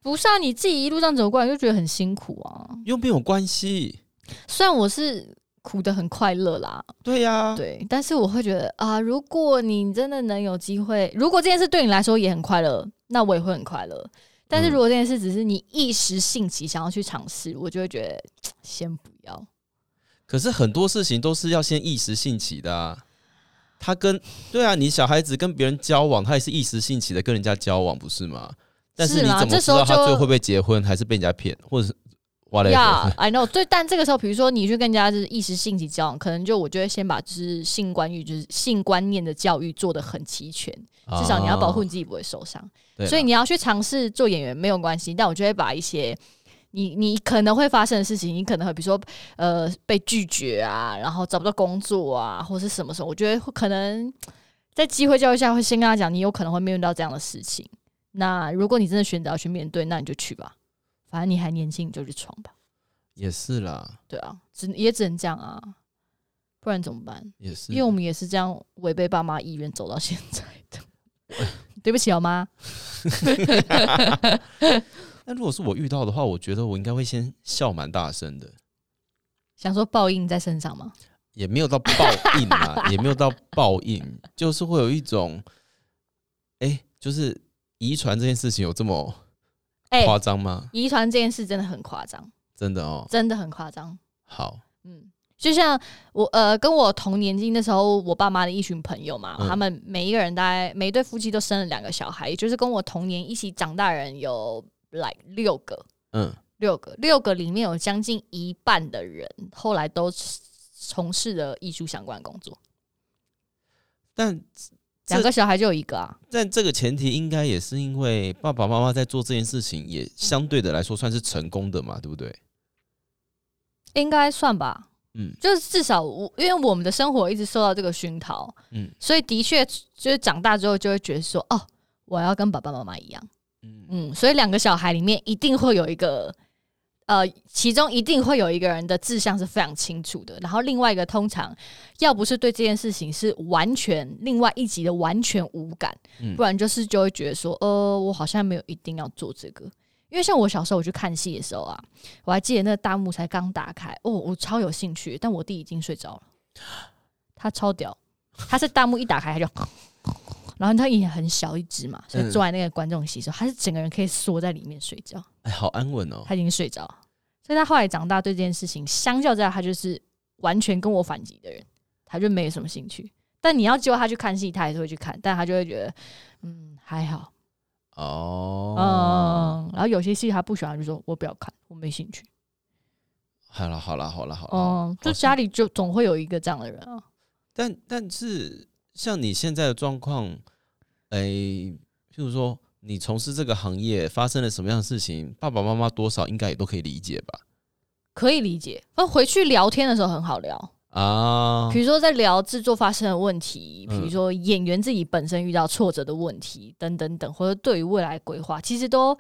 Speaker 1: 不是啊，你自己一路上走过来就觉得很辛苦啊。
Speaker 2: 又没有关系。
Speaker 1: 虽然我是苦的很快乐啦，
Speaker 2: 对呀、
Speaker 1: 对，但是我会觉得啊，如果你真的能有机会，如果这件事对你来说也很快乐，那我也会很快乐。但是
Speaker 2: 嗯
Speaker 1: 如果这件事只是你一时兴起想要去尝试，我就会觉得先不要。
Speaker 2: 可是很多事情都是要先一时兴起的啊。他跟对啊，你小孩子跟别人交往，他也是一时兴起的跟人家交往，不是吗？但
Speaker 1: 是
Speaker 2: 你
Speaker 1: 啦
Speaker 2: 怎么
Speaker 1: 这
Speaker 2: 知
Speaker 1: 时候
Speaker 2: 道他
Speaker 1: 就
Speaker 2: 最后会不会结婚，还是被人家骗，或者是 whatever？
Speaker 1: 呀、i know。对，但这个时候，比如说你去跟人家就是一时兴起交往，可能就我就会先把就是性关于就是性观念的教育做得很齐全，
Speaker 2: 啊
Speaker 1: 至少你要保护你自己不会受伤。
Speaker 2: 对啊
Speaker 1: 所以你要去尝试做演员没有关系，但我就会把一些你你可能会发生的事情，你可能会比如说呃被拒绝啊，然后找不到工作啊，或是什么时候，我觉得会可能在机会教育下会先跟他讲，你有可能会面对到这样的事情。那如果你真的选择要去面对，那你就去吧，反正你还年轻，你就去闯吧。
Speaker 2: 也是啦，
Speaker 1: 对啊，只也只能这样啊，不然怎么办？
Speaker 2: 也是，
Speaker 1: 因为我们也是这样违背爸妈意愿走到现在的。 对不起，好吗？
Speaker 2: 那如果是我遇到的话，我觉得我应该会先笑蛮大声的，
Speaker 1: 想说报应在身上吗？
Speaker 2: 也没有到报应啊，也没有到报应，就是会有一种，哎、就是遗传这件事情有这么
Speaker 1: 哎、
Speaker 2: 夸张吗？
Speaker 1: 遗传这件事真的很夸张，
Speaker 2: 真的哦，
Speaker 1: 真的很夸张。
Speaker 2: 好，
Speaker 1: 嗯，就像我呃，跟我同年纪那时候，我爸妈的一群朋友嘛，
Speaker 2: 嗯
Speaker 1: 他们每一个人大概每一对夫妻都生了两个小孩，也就是跟我同年一起长大的人有来六个，
Speaker 2: 嗯，
Speaker 1: 六个，六个里面有将近一半的人后来都从事了艺术相关的工作，
Speaker 2: 但
Speaker 1: 两个小孩就有一个啊。
Speaker 2: 但这个前提应该也是因为爸爸妈妈在做这件事情，也相对的来说算是成功的嘛，对不对？
Speaker 1: 应该算吧。
Speaker 2: 嗯
Speaker 1: 就是至少我，因为我们的生活一直受到这个熏陶，
Speaker 2: 嗯
Speaker 1: 所以的确就是长大之后就会觉得说，哦，我要跟爸爸妈妈一样，
Speaker 2: 嗯，
Speaker 1: 嗯，所以两个小孩里面一定会有一个，呃，其中一定会有一个人的志向是非常清楚的，然后另外一个通常要不是对这件事情是完全另外一级的完全无感，
Speaker 2: 嗯
Speaker 1: 不然就是就会觉得说，呃，我好像没有一定要做这个。因为像我小时候我去看戏的时候啊，我还记得那个大幕才刚打开，哦，我超有兴趣，但我弟已经睡着了，他超屌，他是大幕一打开他就， 然后他也很小一只嘛，所以坐在那个观众席的时候，他是整个人可以缩在里面睡觉，
Speaker 2: 哎，好安稳哦，
Speaker 1: 他已经睡着了，所以他后来长大对这件事情，相较之下他就是完全跟我反击的人，他就没有什么兴趣。但你要叫他去看戏，他还是会去看，但他就会觉得，嗯，还好，
Speaker 2: 哦，
Speaker 1: 嗯，然后有些戏他不喜欢，就说我不要看，我没兴趣。
Speaker 2: 好了好了好了好了，
Speaker 1: 嗯，就
Speaker 2: 哦好像
Speaker 1: 家里就总会有一个这样的人啊。
Speaker 2: 但但是像你现在的状况，诶、譬如说你从事这个行业发生了什么样的事情，爸爸妈妈多少应该也都可以理解吧？
Speaker 1: 可以理解，那回去聊天的时候很好聊，
Speaker 2: 啊
Speaker 1: 比，如说在聊制作发生的问题，比
Speaker 2: 嗯
Speaker 1: 如说演员自己本身遇到挫折的问题，等等等，或者对于未来规划，其实都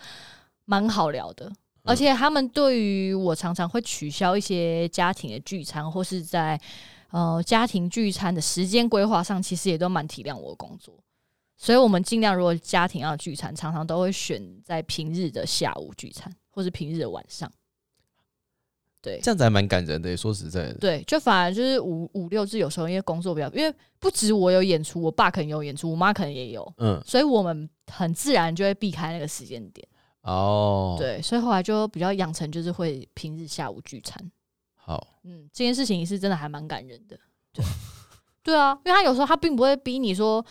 Speaker 1: 蛮好聊的。而且他们对于我常常会取消一些家庭的聚餐，或是在呃家庭聚餐的时间规划上，其实也都蛮体谅我的工作。所以我们尽量如果家庭要聚餐，常常都会选在平日的下午聚餐，或是平日的晚上。对
Speaker 2: 这样子还蛮感人的耶。说实在的，
Speaker 1: 对，就反而就是五五六日，有时候因为工作比较，因为不止我有演出，我爸可能有演出，我妈可能也有，
Speaker 2: 嗯，
Speaker 1: 所以我们很自然就会避开那个时间点。
Speaker 2: 哦，，
Speaker 1: 对，所以后来就比较养成就是会平日下午聚餐。
Speaker 2: 好，
Speaker 1: 嗯，这件事情是真的还蛮感人的。 对，对啊，因为他有时候他并不会逼你说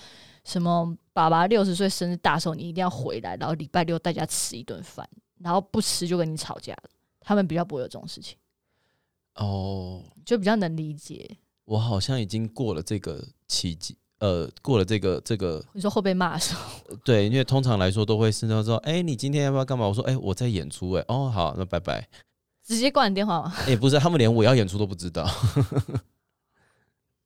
Speaker 1: 什么爸爸六十岁生日大寿你一定要回来，然后礼拜六大家吃一顿饭，然后不吃就跟你吵架了。他们比较不会有这种事情，
Speaker 2: 哦，
Speaker 1: 就比较能理解。
Speaker 2: 我好像已经过了这个奇迹，呃，过了这个这个，
Speaker 1: 你说会被骂的时候，
Speaker 2: 对，因为通常来说都会是那种说，哎、你今天要不要干嘛？我说，哎、我在演出、哎，哦，好，那拜拜。
Speaker 1: 直接挂你电话吗？
Speaker 2: 哎、不是，他们连我要演出都不知道。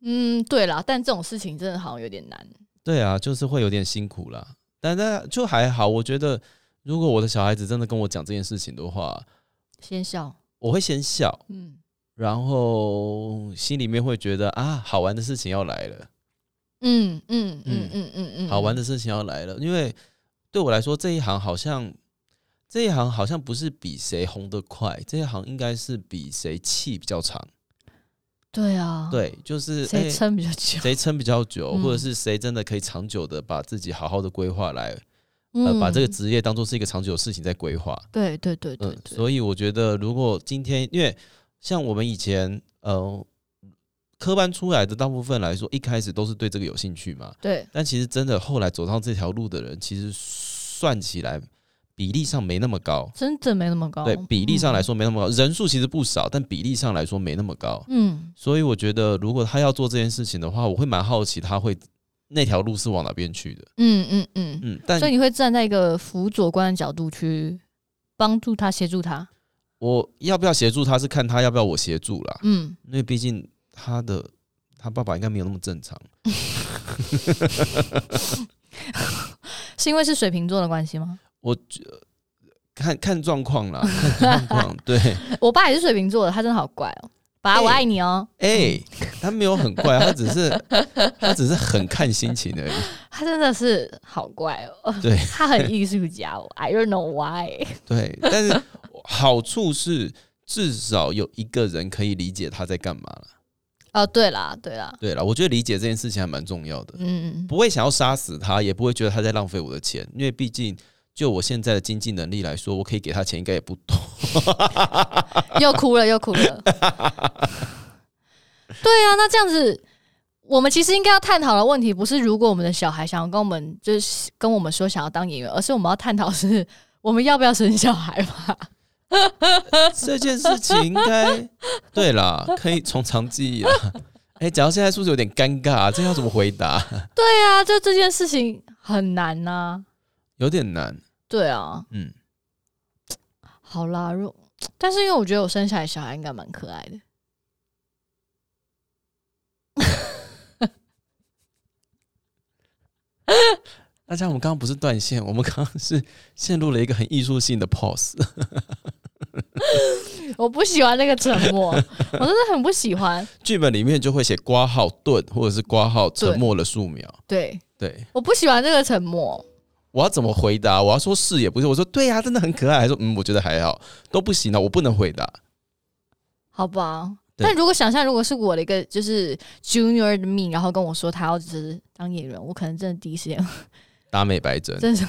Speaker 1: 嗯，对啦，但这种事情真的好像有点难。
Speaker 2: 对啊，就是会有点辛苦啦，但但就还好，我觉得如果我的小孩子真的跟我讲这件事情的话，
Speaker 1: 先笑，
Speaker 2: 我会先笑，
Speaker 1: 嗯
Speaker 2: 然后心里面会觉得啊，好玩的事情要来了，
Speaker 1: 嗯嗯嗯嗯嗯嗯，
Speaker 2: 好玩的事情要来了，因为对我来说这一行好像。这一行好像不是比谁红得快，这一行应该是比谁气比较长。
Speaker 1: 对啊，，
Speaker 2: 对，就是
Speaker 1: 谁
Speaker 2: 哎
Speaker 1: 撑比较久，
Speaker 2: 谁撑比较久，
Speaker 1: 嗯
Speaker 2: 或者是谁真的可以长久的把自己好好的规划来，
Speaker 1: 嗯
Speaker 2: 呃，把这个职业当做是一个长久的事情在规划。
Speaker 1: 对对对对
Speaker 2: 嗯，
Speaker 1: 对，
Speaker 2: 所以我觉得，如果今天因为像我们以前，呃，科班出来的大部分来说，一开始都是对这个有兴趣嘛，
Speaker 1: 对
Speaker 2: 但其实真的后来走上这条路的人，其实算起来比例上没那么高。
Speaker 1: 真的没那么高，
Speaker 2: 对比例
Speaker 1: 嗯
Speaker 2: 上来说没那么高，人数其实不少，但比例上来说没那么高。
Speaker 1: 嗯，
Speaker 2: 所以我觉得，如果他要做这件事情的话，我会蛮好奇他会那条路是往哪边去的。
Speaker 1: 嗯嗯嗯
Speaker 2: 嗯，
Speaker 1: 嗯，
Speaker 2: 但
Speaker 1: 所以你会站在一个辅佐官的角度去帮助他、协助他，
Speaker 2: 我要不要协助他是看他要不要我协助啦。
Speaker 1: 嗯，
Speaker 2: 因为毕竟他的他爸爸应该没有那么正常，
Speaker 1: 是因为是水瓶座的关系吗？
Speaker 2: 看看状况啦，看状况。对，
Speaker 1: 我爸也是水瓶座的，他真的好怪哦、爸，
Speaker 2: 哎
Speaker 1: 我爱你哦、
Speaker 2: 哎、他没有很怪，他只是他只是很看心情而已。
Speaker 1: 他真的是好怪哦、
Speaker 2: 对
Speaker 1: 他很艺术家、哦 i don't know why，
Speaker 2: 对，但是好处是至少有一个人可以理解他在干嘛了。
Speaker 1: 哦，对啦，对啦，
Speaker 2: 对了，我觉得理解这件事情还蛮重要的。
Speaker 1: 嗯，
Speaker 2: 不会想要杀死他，也不会觉得他在浪费我的钱，因为毕竟就我现在的经济能力来说，我可以给他钱应该也不多。
Speaker 1: 又哭了，又哭了， 对啊，那这样子。我们其实应该要探讨的问题，不是如果我们的小孩想要跟我们就是跟我们说想要当演员，而是我们要探讨是我们要不要生小孩吧？
Speaker 2: 这件事情应该 对啦，可以从长计议啊。哎、讲到现在是不是有点尴尬、啊？这要怎么回答？
Speaker 1: 对啊，就这件事情很难呐、
Speaker 2: 有点难。
Speaker 1: 对啊，
Speaker 2: 嗯，
Speaker 1: 好啦，如但是因为我觉得我生下来小孩应该蛮可爱的，
Speaker 2: 大家，我们刚刚不是断线，我们刚刚是陷入了一个很艺术性的 pose。
Speaker 1: 我不喜欢那个沉 默，我真的很不喜欢。
Speaker 2: 剧本里面就会写挂号顿，或者是挂号沉默了数秒。
Speaker 1: 对，
Speaker 2: 对，
Speaker 1: 我不喜欢这个沉默。
Speaker 2: 我要怎么回答？我要说是也不是，我说对呀、真的很可爱，还说嗯，我觉得还好，都不行了，啊我不能回答。
Speaker 1: 好吧。
Speaker 2: 对
Speaker 1: 但如果想象，如果是我的一个就是 junior 的 me，然后跟我说他要就是当演员，我可能真的第一时间，
Speaker 2: 打美白针，
Speaker 1: 真的是，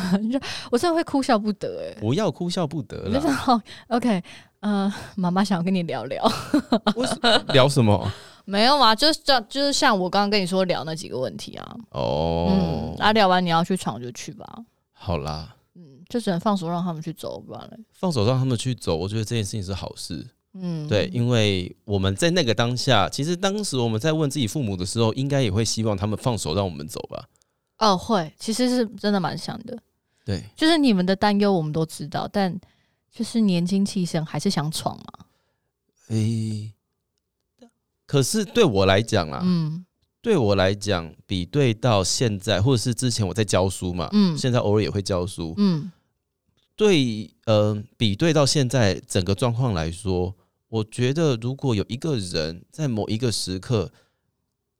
Speaker 1: 我真的会哭笑不得哎、
Speaker 2: 不要哭笑不得
Speaker 1: 我就
Speaker 2: 了。
Speaker 1: 是好 OK，呃，妈妈想要跟你聊聊，
Speaker 2: 为什聊什么？
Speaker 1: 没有嘛？就是这，就是像我刚刚跟你说聊那几个问题啊，
Speaker 2: 哦
Speaker 1: 嗯，，啊，聊完你要去闯就去吧，
Speaker 2: 好啦，
Speaker 1: 嗯，就只能放手让他们去走，不然嘞，
Speaker 2: 放手让他们去走，我觉得这件事情是好事。
Speaker 1: 嗯，
Speaker 2: 对，因为我们在那个当下，其实当时我们在问自己父母的时候，应该也会希望他们放手让我们走吧。
Speaker 1: 哦，会，其实是真的蛮像的，
Speaker 2: 对，
Speaker 1: 就是你们的担忧我们都知道，但就是年轻气盛还是想闯嘛。
Speaker 2: 诶、可是对我来讲啊，
Speaker 1: 嗯
Speaker 2: 对我来讲，比对到现在，或者是之前我在教书嘛，
Speaker 1: 嗯
Speaker 2: 现在偶尔也会教书，
Speaker 1: 嗯
Speaker 2: 对，呃，比对到现在整个状况来说，我觉得如果有一个人在某一个时刻，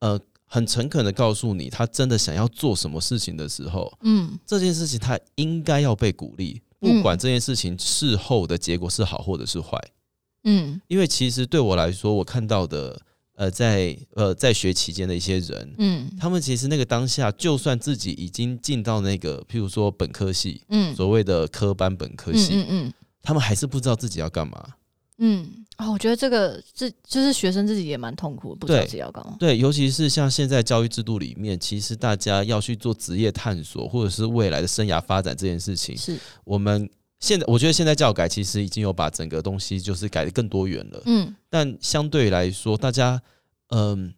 Speaker 2: 呃，很诚恳的告诉你他真的想要做什么事情的时候，
Speaker 1: 嗯
Speaker 2: 这件事情他应该要被鼓励，
Speaker 1: 嗯
Speaker 2: 不管这件事情事后的结果是好或者是坏。
Speaker 1: 嗯
Speaker 2: 因为其实对我来说，我看到的呃，在呃在学期间的一些人，
Speaker 1: 嗯
Speaker 2: 他们其实那个当下，就算自己已经进到那个，譬如说本科系，
Speaker 1: 嗯，
Speaker 2: 所谓的科班本科系，
Speaker 1: 嗯嗯
Speaker 2: 他们还是不知道自己要干嘛。
Speaker 1: 嗯，哦，我觉得这个这就是学生自己也蛮痛苦的，不知道
Speaker 2: 对
Speaker 1: 自己要干嘛。
Speaker 2: 对，尤其是像现在教育制度里面，其实大家要去做职业探索，或者是未来的生涯发展这件事情，
Speaker 1: 是，
Speaker 2: 我们现在我觉得现在教改其实已经有把整个东西就是改得更多元了。
Speaker 1: 嗯
Speaker 2: 但相对来说，大家嗯、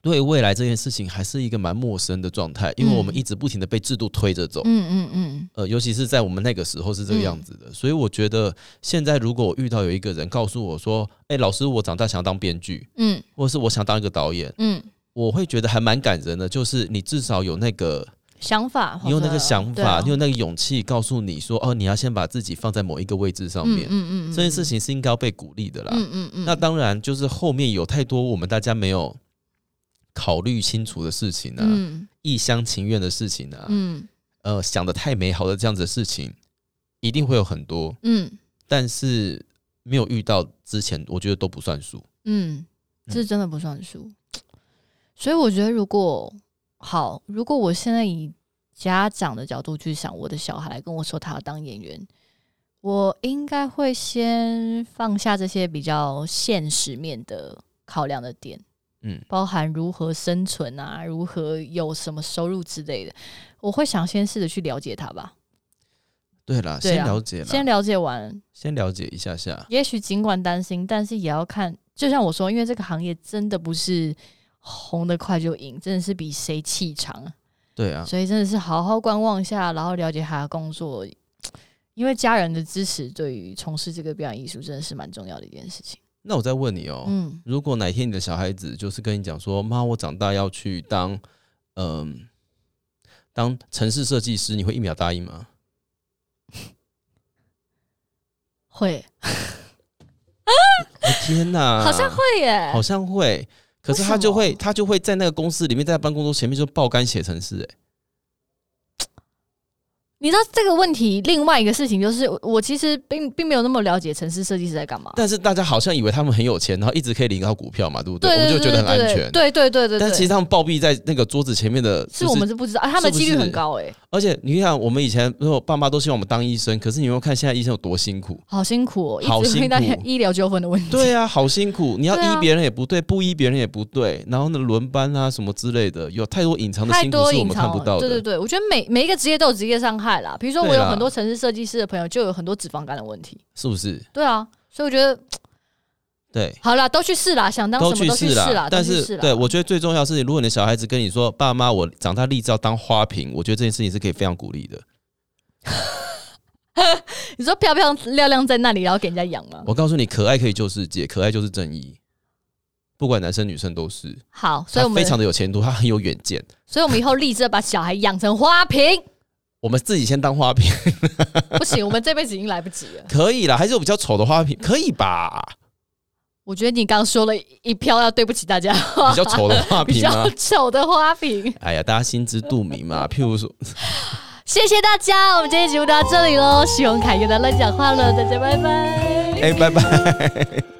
Speaker 2: 对未来这件事情还是一个蛮陌生的状态，因为我们
Speaker 1: 嗯
Speaker 2: 一直不停的被制度推着走。
Speaker 1: 嗯嗯嗯
Speaker 2: 呃，尤其是在我们那个时候是这个样子的，所以我觉得现在如果我遇到有一个人告诉我说：“哎、老师，我长大想要当编剧，
Speaker 1: 嗯
Speaker 2: 或者是我想当一个导演”，
Speaker 1: 嗯，
Speaker 2: 我会觉得还蛮感人的。就是你至少有那个，
Speaker 1: 想法或者，
Speaker 2: 你有那个想
Speaker 1: 对
Speaker 2: 法，
Speaker 1: 啊
Speaker 2: 你有那个勇气，告诉你说：“哦，你要先把自己放在某一个位置上
Speaker 1: 嗯
Speaker 2: 面。
Speaker 1: 嗯嗯，
Speaker 2: 这件事情是应该要被鼓励的啦。
Speaker 1: 嗯，嗯嗯，
Speaker 2: 那当然，就是后面有太多我们大家没有考虑清楚的事情啊，
Speaker 1: 嗯
Speaker 2: 一厢情愿的事情啊，
Speaker 1: 嗯
Speaker 2: 呃，想的太美好的这样子的事情，一定会有很多，
Speaker 1: 嗯
Speaker 2: 但是没有遇到之前，我觉得都不算数。
Speaker 1: 嗯，这真的不算数。所以我觉得，如果好，如果我现在以家长的角度去想，我的小孩来跟我说他要当演员，我应该会先放下这些比较现实面的考量的点，
Speaker 2: 嗯
Speaker 1: 包含如何生存啊，如何有什么收入之类的，我会想先试着去了解他吧，
Speaker 2: 对啦，
Speaker 1: 对啊
Speaker 2: 先了解啦，
Speaker 1: 先了解完，
Speaker 2: 先了解一下下。
Speaker 1: 也许尽管担心，但是也要看。就像我说，因为这个行业真的不是红得快就赢，真的是比谁气长，
Speaker 2: 对啊，
Speaker 1: 所以真的是好好观望一下，然后了解他的工作。因为家人的支持对于从事这个表演艺术真的是蛮重要的一件事情。
Speaker 2: 那我再问你哦、
Speaker 1: 嗯
Speaker 2: 如果哪天你的小孩子就是跟你讲说：“妈，我长大要去当，嗯、当城市设计师”，你会一秒答应吗？
Speaker 1: 会，哦
Speaker 2: 我、天哪，
Speaker 1: 好像会耶
Speaker 2: 好，像会。可是
Speaker 1: 为
Speaker 2: 他
Speaker 1: 什
Speaker 2: 就会
Speaker 1: 么
Speaker 2: 他就会在那个公司里面，在办公桌前面就爆肝写程式、欸，
Speaker 1: 啊你知道这个问题，另外一个事情就是，我我其实并并没有那么了解城市设计师在干嘛。
Speaker 2: 但是大家好像以为他们很有钱，然后一直可以领到股票嘛，对不对？
Speaker 1: 对对
Speaker 2: 我们就觉得很安
Speaker 1: 对
Speaker 2: 全。
Speaker 1: 对对对对对。
Speaker 2: 但其实他们暴毙在那个桌子前面的，
Speaker 1: 是
Speaker 2: 就
Speaker 1: 我们
Speaker 2: 是
Speaker 1: 是不知道，啊他们
Speaker 2: 是不
Speaker 1: 几率很
Speaker 2: 是
Speaker 1: 高哎，
Speaker 2: 而且你看，我们以前如果爸妈都希望我们当医生，可是你有没有看现在医生有多辛苦？
Speaker 1: 好辛苦哦，
Speaker 2: 好
Speaker 1: 一直
Speaker 2: 辛
Speaker 1: 会那些
Speaker 2: 苦
Speaker 1: 医疗纠纷的问题。
Speaker 2: 对啊，好辛苦，你要
Speaker 1: 对啊
Speaker 2: 医别人也不对，不医别人也不对，然后呢轮班啊什么之类的，有太多隐藏的
Speaker 1: 太
Speaker 2: 辛苦
Speaker 1: 多
Speaker 2: 是我
Speaker 1: 隐
Speaker 2: 们看
Speaker 1: 藏
Speaker 2: 不
Speaker 1: 了，
Speaker 2: 到的。
Speaker 1: 对对对，我觉得每每一个职业都有职业伤害啦。比如说，我
Speaker 2: 对啊
Speaker 1: 有
Speaker 2: 啦
Speaker 1: 很多城市设计师的朋友，就有很多脂肪肝的问题。
Speaker 2: 是不是？
Speaker 1: 对啊，所以我觉得
Speaker 2: 对。
Speaker 1: 好啦，都去试啦，想当什么
Speaker 2: 去
Speaker 1: 都去
Speaker 2: 试
Speaker 1: 试啦，都
Speaker 2: 但
Speaker 1: 去
Speaker 2: 是
Speaker 1: 试啦
Speaker 2: 对我觉得最重要的是，如果你的小孩子跟你说“爸妈，我长大立志要当花瓶”，我觉得这件事情是可以非常鼓励的。
Speaker 1: 你说漂漂亮亮在那里，然后给人家养吗？
Speaker 2: 我告诉你，可爱可以救世界，可爱就是正义，不管男生女生都是。
Speaker 1: 好，所以我
Speaker 2: 他
Speaker 1: 们
Speaker 2: 啊非常的有前途，他很有远见。
Speaker 1: 所以我们以后立志要把小孩养成花瓶，
Speaker 2: 我们自己先当花瓶
Speaker 1: 不行，我们这辈子已经来不及了。
Speaker 2: 可以啦，还是有比较丑的花瓶，可以吧？
Speaker 1: 我觉得你刚刚说了一票要对不起大家，
Speaker 2: 比较丑的花
Speaker 1: 哦 比
Speaker 2: 瓶啊吗
Speaker 1: 较？丑的花瓶。
Speaker 2: 哎呀，大家心知肚明嘛。譬如说，
Speaker 1: 谢谢大家，我们这
Speaker 2: 哎
Speaker 1: 期节目到这里喽。喜欢凯爷的乱讲话了，大家拜拜。
Speaker 2: 哎、拜拜。